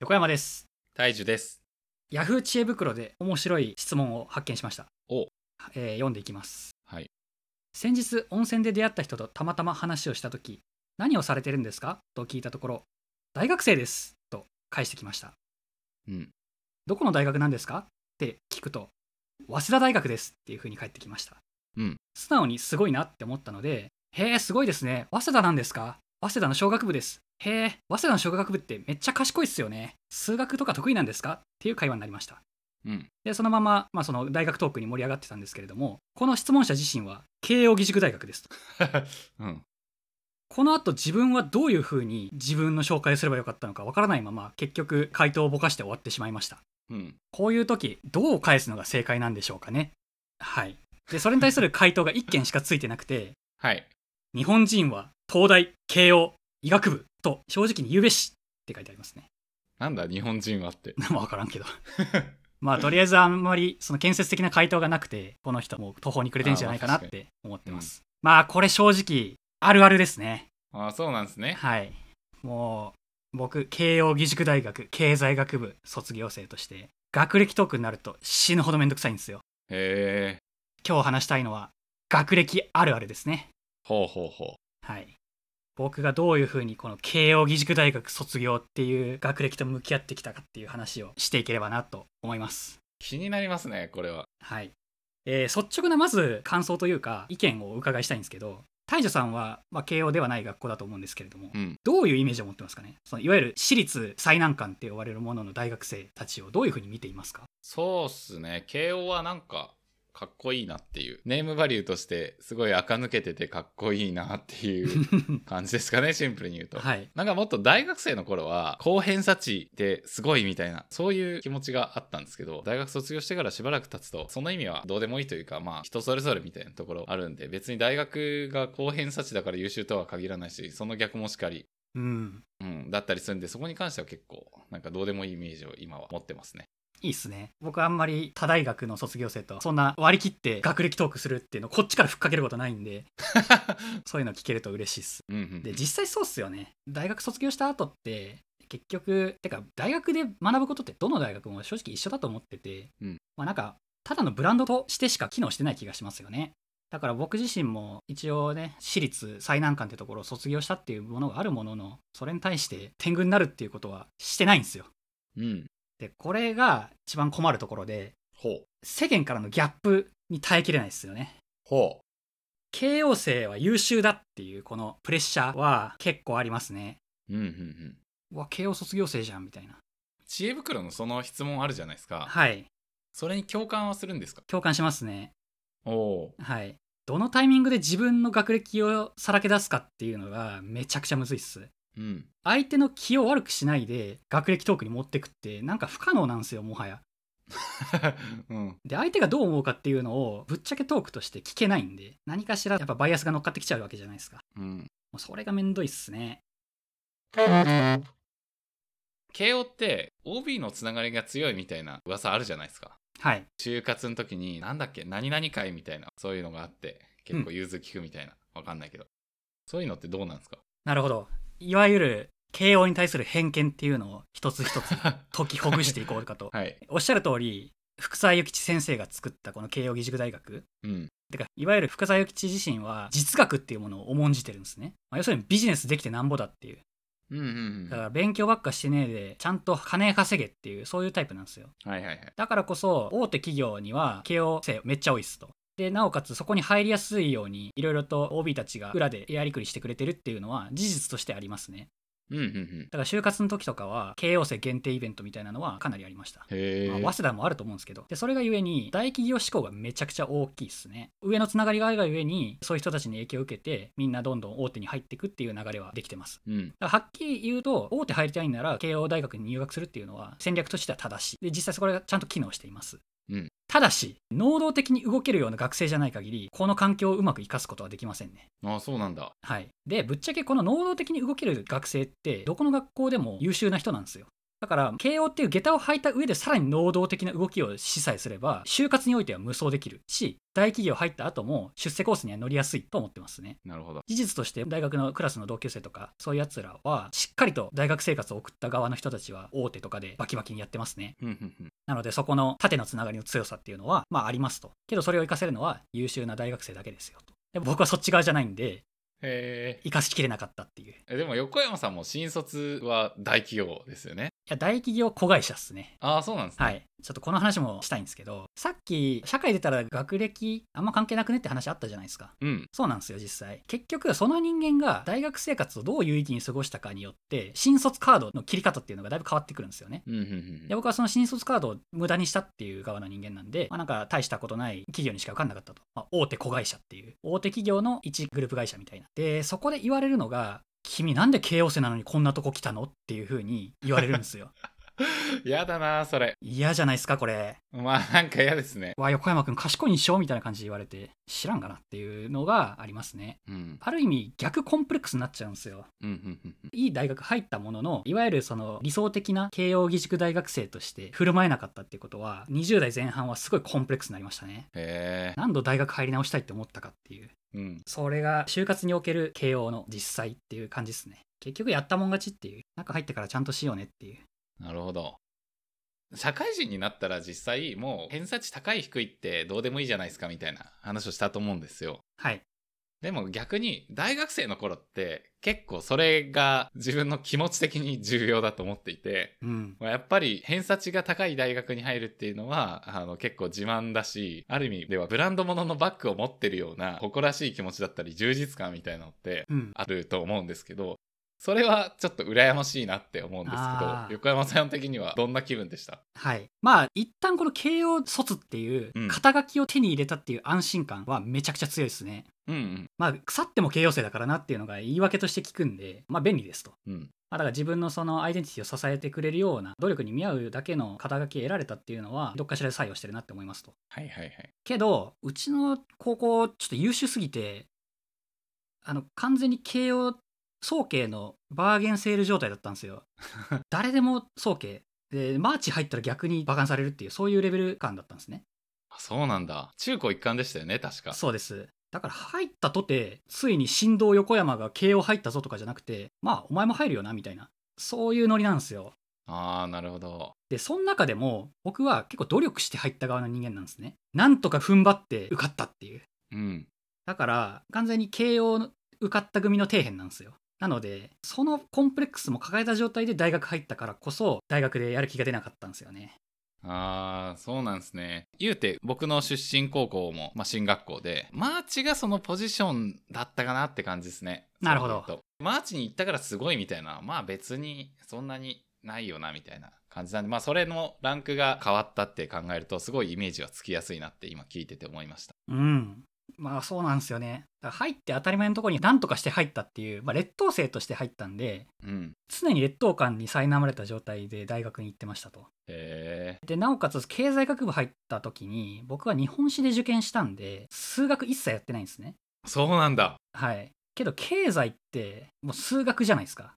横山です。大樹です。ヤフー知恵袋で面白い質問を発見しました。おえー読んでいきます。はい。先日温泉で出会った人とたまたま話をした時何をされてるんですかと聞いたところ大学生ですと返してきましたうん。どこの大学なんですかって聞くと早稲田大学ですっていう風に返ってきました、うん素直にすごいなって思ったのでへえすごいですね早稲田なんですか早稲田の小学部ですへえ早稲田の小学部ってめっちゃ賢いっすよね数学とか得意なんですかっていう会話になりましたうん。でそのまま、まあ、その大学トークに盛り上がってたんですけれどもこの質問者自身は慶應義塾大学ですとうん。この後自分はどういうふうに自分の紹介をすればよかったのかわからないまま結局回答をぼかして終わってしまいましたうん。こういう時どう返すのが正解なんでしょうかねはいでそれに対する回答が1件しかついてなくてはい。日本人は東大慶応医学部と正直に言うべしって書いてありますねなんだ、日本人は って。 まあ分からんけどまあとりあえずあんまりその建設的な回答がなくてこの人もう途方に暮れてんじゃないかなって思ってますまあこれ正直あるあるですねああ、そうなんですね。はいもう僕慶應義塾大学経済学部卒業生として学歴トークになると死ぬほどめんどくさいんですよへえ。今日話したいのは学歴あるあるですねほうほうほはい僕がどういうふうにこの慶應義塾大学卒業っていう学歴と向き合ってきたかっていう話をしていければなと思いますう。気になりますね、これは。はい、えー率直なまず感想というか意見をお伺いしたいんですけど大樹さんは、まあ、慶応ではない学校だと思うんですけれども、うん。どういうイメージを持ってますかねそのいわゆる私立最難関って呼ばれるものの大学生たちをどういうふうに見ていますかそうっすね。慶応はなんか、かっこいいなっていう。ネームバリューとして、すごい垢抜けててかっこいいなっていう感じですかね、シンプルに言うと。はいなんかもっと大学生の頃は高偏差値ですごいみたいなそういう気持ちがあったんですけど大学卒業してからしばらく経つとその意味はどうでもいいというかまあ人それぞれみたいなところあるんで別に大学が高偏差値だから優秀とは限らないしその逆もしかり、うんうん、だったりするんでそこに関しては結構なんかどうでもいいイメージを今は持ってま すね。いいっすね僕あんまり他大学の卒業生とそんな割り切って学歴トークするっていうのこっちからふっかけることないんでそういうの聞けると嬉しいっすうんうんで実際そうっすよね大学卒業した後って結局てか大学で学ぶことってどの大学も正直一緒だと思ってて、うんまあなんかただのブランドとしてしか機能してない気がしますよねだから僕自身も一応ね私立最難関ってところを卒業したっていうものがあるもののそれに対して天狗になるっていうことはしてないんですようんでこれが一番困るところでほう世間からのギャップに耐えきれないですよねほ慶応生は優秀だっていうこのプレッシャーは結構ありますねううんうんうんうわ慶応卒業生じゃんみたいな知恵袋のその質問あるじゃないですかはいそれに共感はするんですか共感しますねおおはいどのタイミングで自分の学歴をさらけ出すかっていうのがめちゃくちゃむずいっすーうん 相手の気を悪くしないで学歴トークに持ってくってなんか不可能なんですよもはやうんで相手がどう思うかっていうのをぶっちゃけトークとして聞けないんで何かしらやっぱバイアスが乗っかってきちゃうわけじゃないですかうんもうそれがめんどいっすね慶応って OB のつながりが強いみたいな噂あるじゃないですかはい就活の時になんだっけ何々会みたいなそういうのがあって結構融通聞くみたいな、わかんないけどそういうのってどうなんですか なるほどいわゆる慶応に対する偏見っていうのを一つ一つ解きほぐしていこうかとはいおっしゃる通り福沢諭吉先生が作ったこの慶應義塾大学うんてかいわゆる福沢諭吉自身は実学っていうものを重んじてるんですね、まあ、要するにビジネスできてなんぼだっていううんうんうんだかはら勉強ばっかしてねえでちゃんと金稼げっていうそういうタイプなんですよいはいはいだからこそ大手企業には慶応生めっちゃ多いっすとでなおかつそこに入りやすいようにいろいろと OB たちが裏でやりくりしてくれてるっていうのは事実としてありますねうんうんうんだから就活の時とかは慶応生限定イベントみたいなのはかなりありましたへえ、まあ、早稲田もあると思うんですけどでそれがゆえに大企業志向がめちゃくちゃ大きいですね上のつながりがあるがゆえにそういう人たちに影響を受けてみんなどんどん大手に入っていくっていう流れはできてますうんだからはっきり言うと大手入りたいんなら慶応大学に入学するっていうのは戦略としては正しいで実際そこがちゃんと機能しています、うんただし能動的に動けるような学生じゃない限りこの環境をうまく生かすことはできませんねああそうなんだはい、でぶっちゃけこの能動的に動ける学生ってどこの学校でも優秀な人なんですよだから慶応っていう下駄を履いた上でさらに能動的な動きをしさえすれば就活においては無双できるし大企業入った後も出世コースには乗りやすいと思ってますねなるほど。事実として大学のクラスの同級生とかそういうやつらはしっかりと大学生活を送った側の人たちは大手とかでバキバキにやってますねうんうんうんなのでそこの縦のつながりの強さっていうのはまあありますとけどそれを活かせるのは優秀な大学生だけですよとで僕はそっち側じゃないんでへー活かしきれなかったっていういえ。でも横山さんも新卒は大企業ですよね。や大企業子会社っすねああ、そうなんですね。は。い、ちょっとこの話もしたいんですけどさっき社会出たら学歴あんま関係なくねって話あったじゃないですかうん。そうなんですよ実際結局その人間が大学生活をどう有意義に過ごしたかによって新卒カードの切り方っていうのがだいぶ変わってくるんですよねうんうんうんうんで僕はその新卒カードを無駄にしたっていう側の人間なんで、まあ、なんか大したことない企業にしか受かんなかったと、まあ、大手子会社っていう大手企業の一グループ会社みたいなでそこで言われるのが君なんで慶応生なのにこんなとこ来たのっていうふうに言われるんですよ やだな、それ。嫌じゃないですかこれまあ、なんか嫌ですね。わ横山君賢いにしようみたいな感じで言われて知らんかなっていうのがありますねうん。ある意味逆コンプレックスになっちゃうんですようんうんうんうん。いい大学入ったもののいわゆるその理想的な慶応義塾大学生として振る舞えなかったっていうことは20代前半はすごいコンプレックスになりましたねへえ。何度大学入り直したいって思ったかっていううん。それが就活における慶応の実際っていう感じですね結局やったもん勝ちっていう中入ってからちゃんとしようねっていうなるほど。社会人になったら実際もう偏差値高い低いってどうでもいいじゃないですかみたいな話をしたと思うんですよ。はいでも逆に大学生の頃って結構それが自分の気持ち的に重要だと思っていて、うんまあやっぱり偏差値が高い大学に入るっていうのはあの結構自慢だし、ある意味ではブランド物のバッグを持ってるような誇らしい気持ちだったり充実感みたいなのってうんあると思うんですけど、それはちょっと羨ましいなって思うんですけどあ、ー横山さん的にはどんな気分でしたはい、まあ一旦この慶応卒っていううん肩書きを手に入れたっていう安心感はめちゃくちゃ強いですね、うんまあ腐っても慶応生だからなっていうのが言い訳として聞くんでまあ便利ですと、うん。うん。まあ、だから自分のそのアイデンティティを支えてくれるような努力に見合うだけの肩書き得られたっていうのはどっかしらで作用してるなって思いますとはいはいはい。けどうちの高校ちょっと優秀すぎてあの完全に慶応総計のバーゲンセール状態だったんですよ誰でも総計でマーチ入ったら逆にバカンされるっていうそういうレベル感だったんですねあそうなんだ。中高一貫でしたよね、確か。そうですだから入ったとてついに神道横山が慶応入ったぞとかじゃなくてまあお前も入るよなみたいなそういうノリなんですよああ、なるほど。でその中でも僕は結構努力して入った側の人間なんですねなんとか踏ん張って受かったっていううん。だから完全に慶応の受かった組の底辺なんですよなのでそのコンプレックスも抱えた状態で大学入ったからこそ大学でやる気が出なかったんですよねああ、そうなんですね。言うて、僕の出身高校も、まあ、進学校で、マーチがそのポジションだったかなって感じですね。なるほどそういうと。マーチに行ったからすごいみたいな、まあ別にそんなにないよなみたいな感じなんで、まあそれのランクが変わったって考えると、すごいイメージはつきやすいなって今聞いてて思いました。うんまあそうなんですよねだから入って当たり前のところに何とかして入ったっていう、まあ、劣等生として入ったんでうん。常に劣等感に苛まれた状態で大学に行ってましたとへえ。でなおかつ経済学部入った時に僕は日本史で受験したんで数学一切やってないんですねそうなんだ。 はいけど経済ってもう数学じゃないですか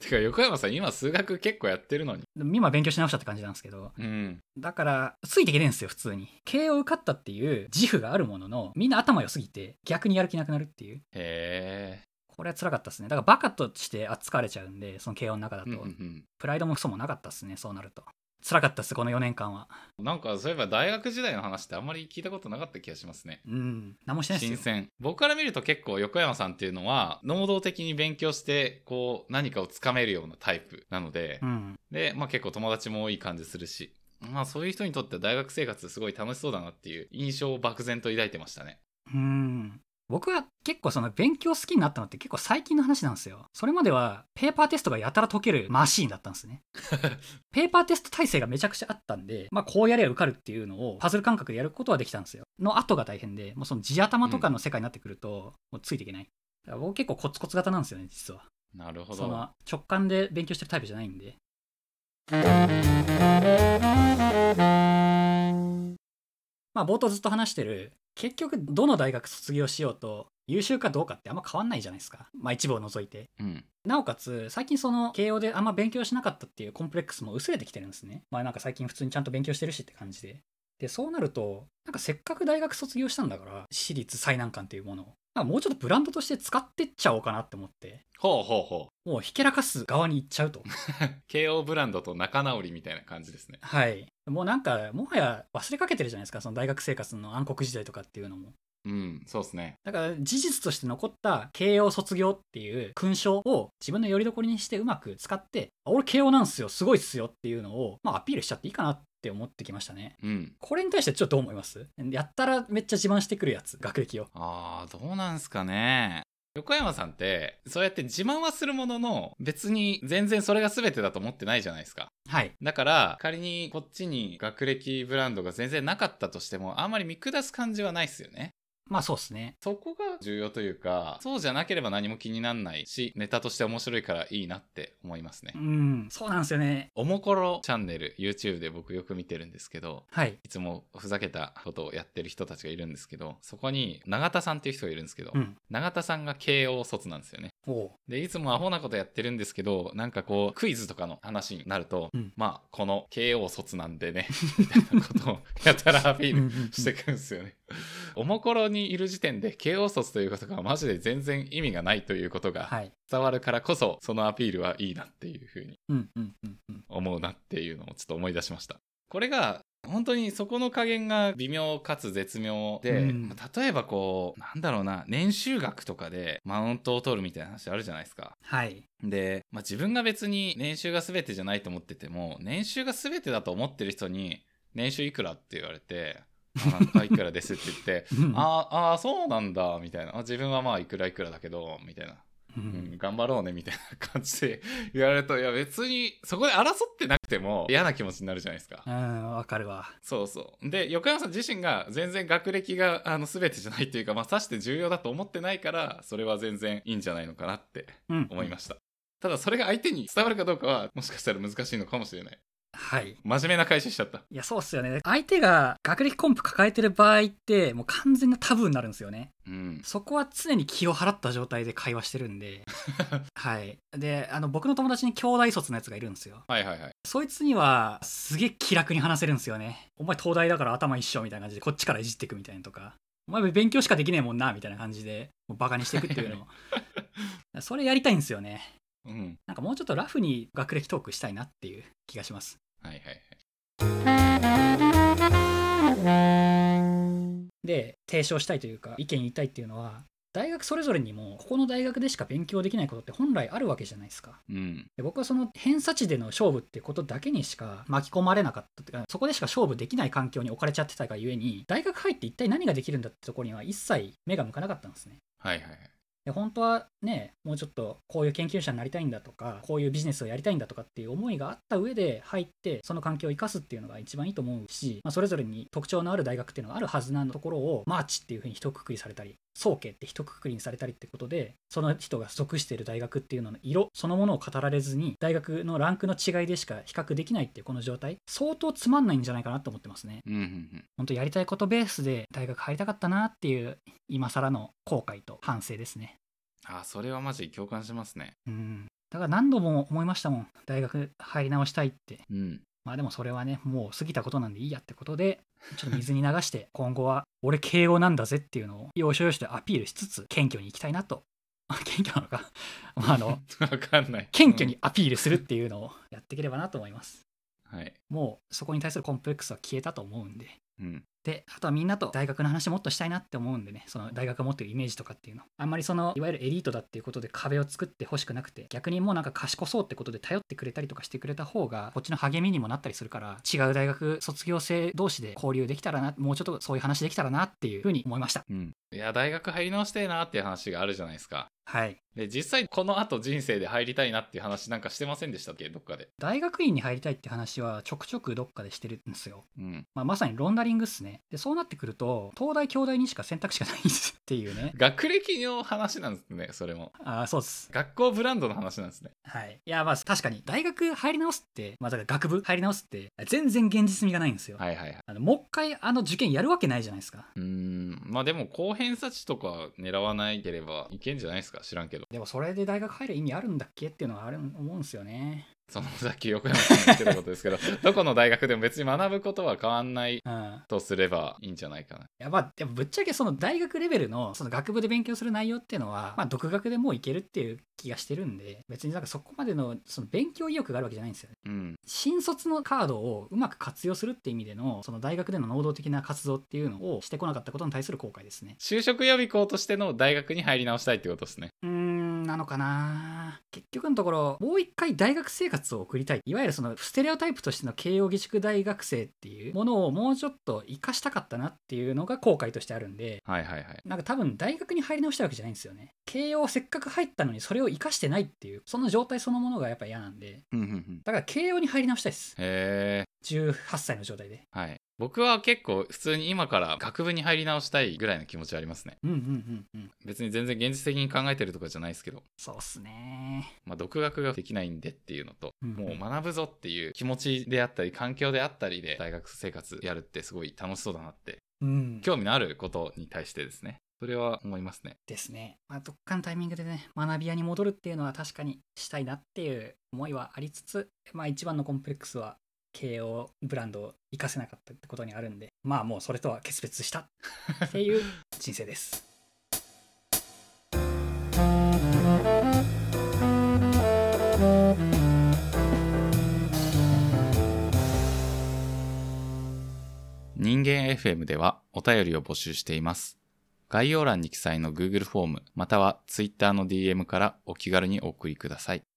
てか、横山さん、今数学結構やってるのに。でも今勉強し直したって感じなんですけどうん。だからついていけないんですよ普通に慶応受かったっていう自負があるもののみんな頭良すぎて逆にやる気なくなるっていうへえ。これは辛かったですねだからバカとして扱われちゃうんでその慶応の中だと、うんうんプライドもクソもなかったですねそうなると辛かったですこの4年間はうんなんかそういえば大学時代の話ってあんまり聞いたことなかった気がしますね。うん何もしてないです新よ鮮僕から見ると結構横山さんっていうのは能動的に勉強してこう何かをつかめるようなタイプなので、うんで、まあ、結構友達も多い感じするし、まあ、そういう人にとって大学生活すごい楽しそうだなっていう印象を漠然と抱いてましたね。うん僕は結構その勉強好きになったのって結構最近の話なんですよそれまではペーパーテストがやたら解けるマシーンだったんです ねペーパーテスト体制がめちゃくちゃあったんで、まあ、こうやりゃ受かるっていうのをパズル感覚でやることはできたんですよの後が大変でもうその地頭とかの世界になってくると、もうついていけないだから僕結構コツコツ型なんですよね実はなるほそどの。直感で勉強してるタイプじゃないんでまあ冒頭ずっと話してる結局どの大学卒業しようと優秀かどうかってあんま変わんないじゃないですかまあ一部を除いてうん。なおかつ最近その慶応であんま勉強しなかったっていうコンプレックスも薄れてきてるんですねまあなんか最近普通にちゃんと勉強してるしって感じででそうなるとなんかせっかく大学卒業したんだから私立最難関っていうものをなんかもうちょっとブランドとして使ってっちゃおうかなって思ってほうほうほもうひけらかす側に行っちゃうとう。慶応ブランドと仲直りみたいな感じですね。はい。もうなんか、もはや忘れかけてるじゃないですか、その大学生活の暗黒時代とかっていうのも。うん、そうですね。だから、事実として残った慶応卒業っていう勲章を自分の拠り所にしてうまく使って、あ俺慶応なんすよ、すごいっすよっていうのを、まあ、アピールしちゃっていいかなって思ってきましたね。うん。これに対してちょっとどう思いますやったらめっちゃ自慢してくるやつ、学歴を。ああ、どうなんすかね。横山さんって、そうやって自慢はするものの、別に全然それが全てだと思ってないじゃないですか。はい。だから、仮にこっちに学歴ブランドが全然なかったとしても、あんまり見下す感じはないっすよね。まあそうっすね。そこが重要というか、そうじゃなければ何も気になんないし、ネタとして面白いからいいなって思いますねう。ん、そうなんですよね。おもころチャンネル、YouTube で僕よく見てるんですけど、はい。いつもふざけたことをやってる人たちがいるんですけど、そこに永田さんっていう人がいるんですけど、うん。永田さんが慶応卒なんですよね。おう。で、いつもアホなことやってるんですけど、なんかこう、クイズとかの話になると、うんまあ、この慶応卒なんでね、みたいなことをやたらアピールしてくんですよね。おもころにいる時点で慶応卒ということがマジで全然意味がないということがはい。伝わるからこそ、そのアピールはいいなっていうふうにうんうんうんうん。思うなっていうのをちょっと思い出しました。これが本当にそこの加減が微妙かつ絶妙で、うん例えばこうなんだろうな年収額とかでマウントを取るみたいな話あるじゃないですか。はい。で、まあ、自分が別に年収が全てじゃないと思ってても年収が全てだと思ってる人に年収いくらって言われて「あなんかいくらです」って 言って「あーあーそうなんだ」みたいなあ「自分はまあいくらいくらだけど」みたいなうん、ううんん、頑張ろうねみたいな感じで 言われるといや別にそこで争ってなくても嫌な気持ちになるじゃないですか。うん、わかるわ。そうそうで横山さん自身が全然学歴があの全てじゃないというかまあさして重要だと思ってないからそれは全然いいんじゃないのかなってうん、思いました。ただそれが相手に伝わるかどうかはもしかしたら難しいのかもしれない。はい。真面目な開始しちゃった。いや、そうっすよね。相手が学歴コンプ抱えてる場合って、もう完全なタブーになるんですよね。うん。そこは常に気を払った状態で会話してるん で。はい。で、あの、僕の友達に兄弟卒のやつがいるんですよ。はいはいはい。そいつには、すげえ気楽に話せるんですよね。お前東大だから頭一緒みたいな感じで、こっちからいじってくみたいなとか。お前勉強しかできねえもんな、みたいな感じで、もうバカにしていくっていう のを。それやりたいんですよね。うん。なんかもうちょっとラフに学歴トークしたいなっていう気がします。はいはいはい。で提唱したいというか意見言いたいっていうのは大学それぞれにもここの大学でしか勉強できないことって本来あるわけじゃないですかうん。で僕はその偏差値での勝負ってことだけにしか巻き込まれなかったっていうかそこでしか勝負できない環境に置かれちゃってたがゆえに大学入って一体何ができるんだってところには一切目が向かなかったんですねはいはいはい。で本当はねもうちょっとこういう研究者になりたいんだとかこういうビジネスをやりたいんだとかっていう思いがあった上で入ってその環境を生かすっていうのが一番いいと思うし、まあ、それぞれに特徴のある大学っていうのがあるはずなところをマーチっていうふうに一括りされたり総計って一括りにされたりってことでその人が属している大学っていうのの色そのものを語られずに大学のランクの違いでしか比較できないっていうこの状態相当つまんないんじゃないかなと思ってますねうんうんうん。本当やりたいことベースで大学入りたかったなっていう今更の後悔と反省ですねあーそれはマジで共感しますね。うん、だから何度も思いましたもん大学入り直したいってうん。まあでもそれはねもう過ぎたことなんでいいやってことでちょっと水に流して 今後は俺敬語なんだぜっていうのを要所要所でアピールしつつ謙虚にいきたいなと 謙虚なのか まああの わかんない。謙虚にアピールするっていうのをやっていければなと思いますうん。はい。もうそこに対するコンプレックスは消えたと思うんでうん。であとはみんなと大学の話もっとしたいなって思うんでねその大学が持ってるイメージとかっていうのあんまりそのいわゆるエリートだっていうことで壁を作ってほしくなくて逆にもうなんか賢そうってことで頼ってくれたりとかしてくれた方がこっちの励みにもなったりするから違う大学卒業生同士で交流できたらなもうちょっとそういう話できたらなっていうふうに思いましたうん、いや大学入り直してえなっていう話があるじゃないですかはいで実際この後人生で入りたいなっていう話なんかしてませんでしたっけどっかで大学院に入りたいって話はちょくちょくどっかでしてるんですよ、うんまあ、まさにロンダリングっすね。で、そうなってくると、東大、京大にしか選択肢がないんですっていう ね。学歴の話なんですね、それも。ああ、そうです。学校ブランドの話なんですね。はい。いや、まあ、確かに、大学入り直すって、まあ、だから学部入り直すって、全然現実味がないんですよ。はいはいはい。あのもう一回、あの受験やるわけないじゃないですか。うーん、まあでも、高偏差値とか狙わないければいけんじゃないですか、知らんけど。でも、それで大学入る意味あるんだっけっていうのはある思うんですよね。そのさっき横山さんが言ってたことですけど、 どこの大学でも別に学ぶことは変わんないうん。とすればいいんじゃないかな。いやまあ、でもぶっちゃけその大学レベルのその学部で勉強する内容っていうのは、まあ、独学でもういけるっていう気がしてるんで別になんかそこまでのその勉強意欲があるわけじゃないんですよね。うん。新卒のカードをうまく活用するって意味でのその大学での能動的な活動っていうのをしてこなかったことに対する後悔ですね。就職予備校としての大学に入り直したいってことですね。うーんなのかな結局のところもう一回大学生活を送りたいいわゆるそのステレオタイプとしての慶応義塾大学生っていうものをもうちょっと活かしたかったなっていうのが後悔としてあるんではいはいはい。なんか多分大学に入り直したわけじゃないんですよね。慶応せっかく入ったのにそれを生かしてないっていう、その状態そのものがやっぱ嫌なんで、うんうんうん。だから慶応に入り直したいです。へえ。 18歳の状態で。はい。僕は結構普通に今から学部に入り直したいぐらいの気持ちありますね。うんうんうんうん。別に全然現実的に考えてるとかじゃないですけど、そうっすね。まあ、独学ができないんでっていうのと、うんもう学ぶぞっていう気持ちであったり、環境であったりで大学生活やるってすごい楽しそうだなってうん。興味のあることに対してですね。それは思いますね。ですね。まあ、どっかのタイミングでね、学び屋に戻るっていうのは確かにしたいなっていう思いはありつつ、まあ一番のコンプレックスは、慶応ブランドを活かせなかったってことにあるんで、まあもうそれとは決別したっていう人生です。人間 FM ではお便りを募集しています。概要欄に記載の Google フォームまたは Twitter の DM からお気軽にお送りください。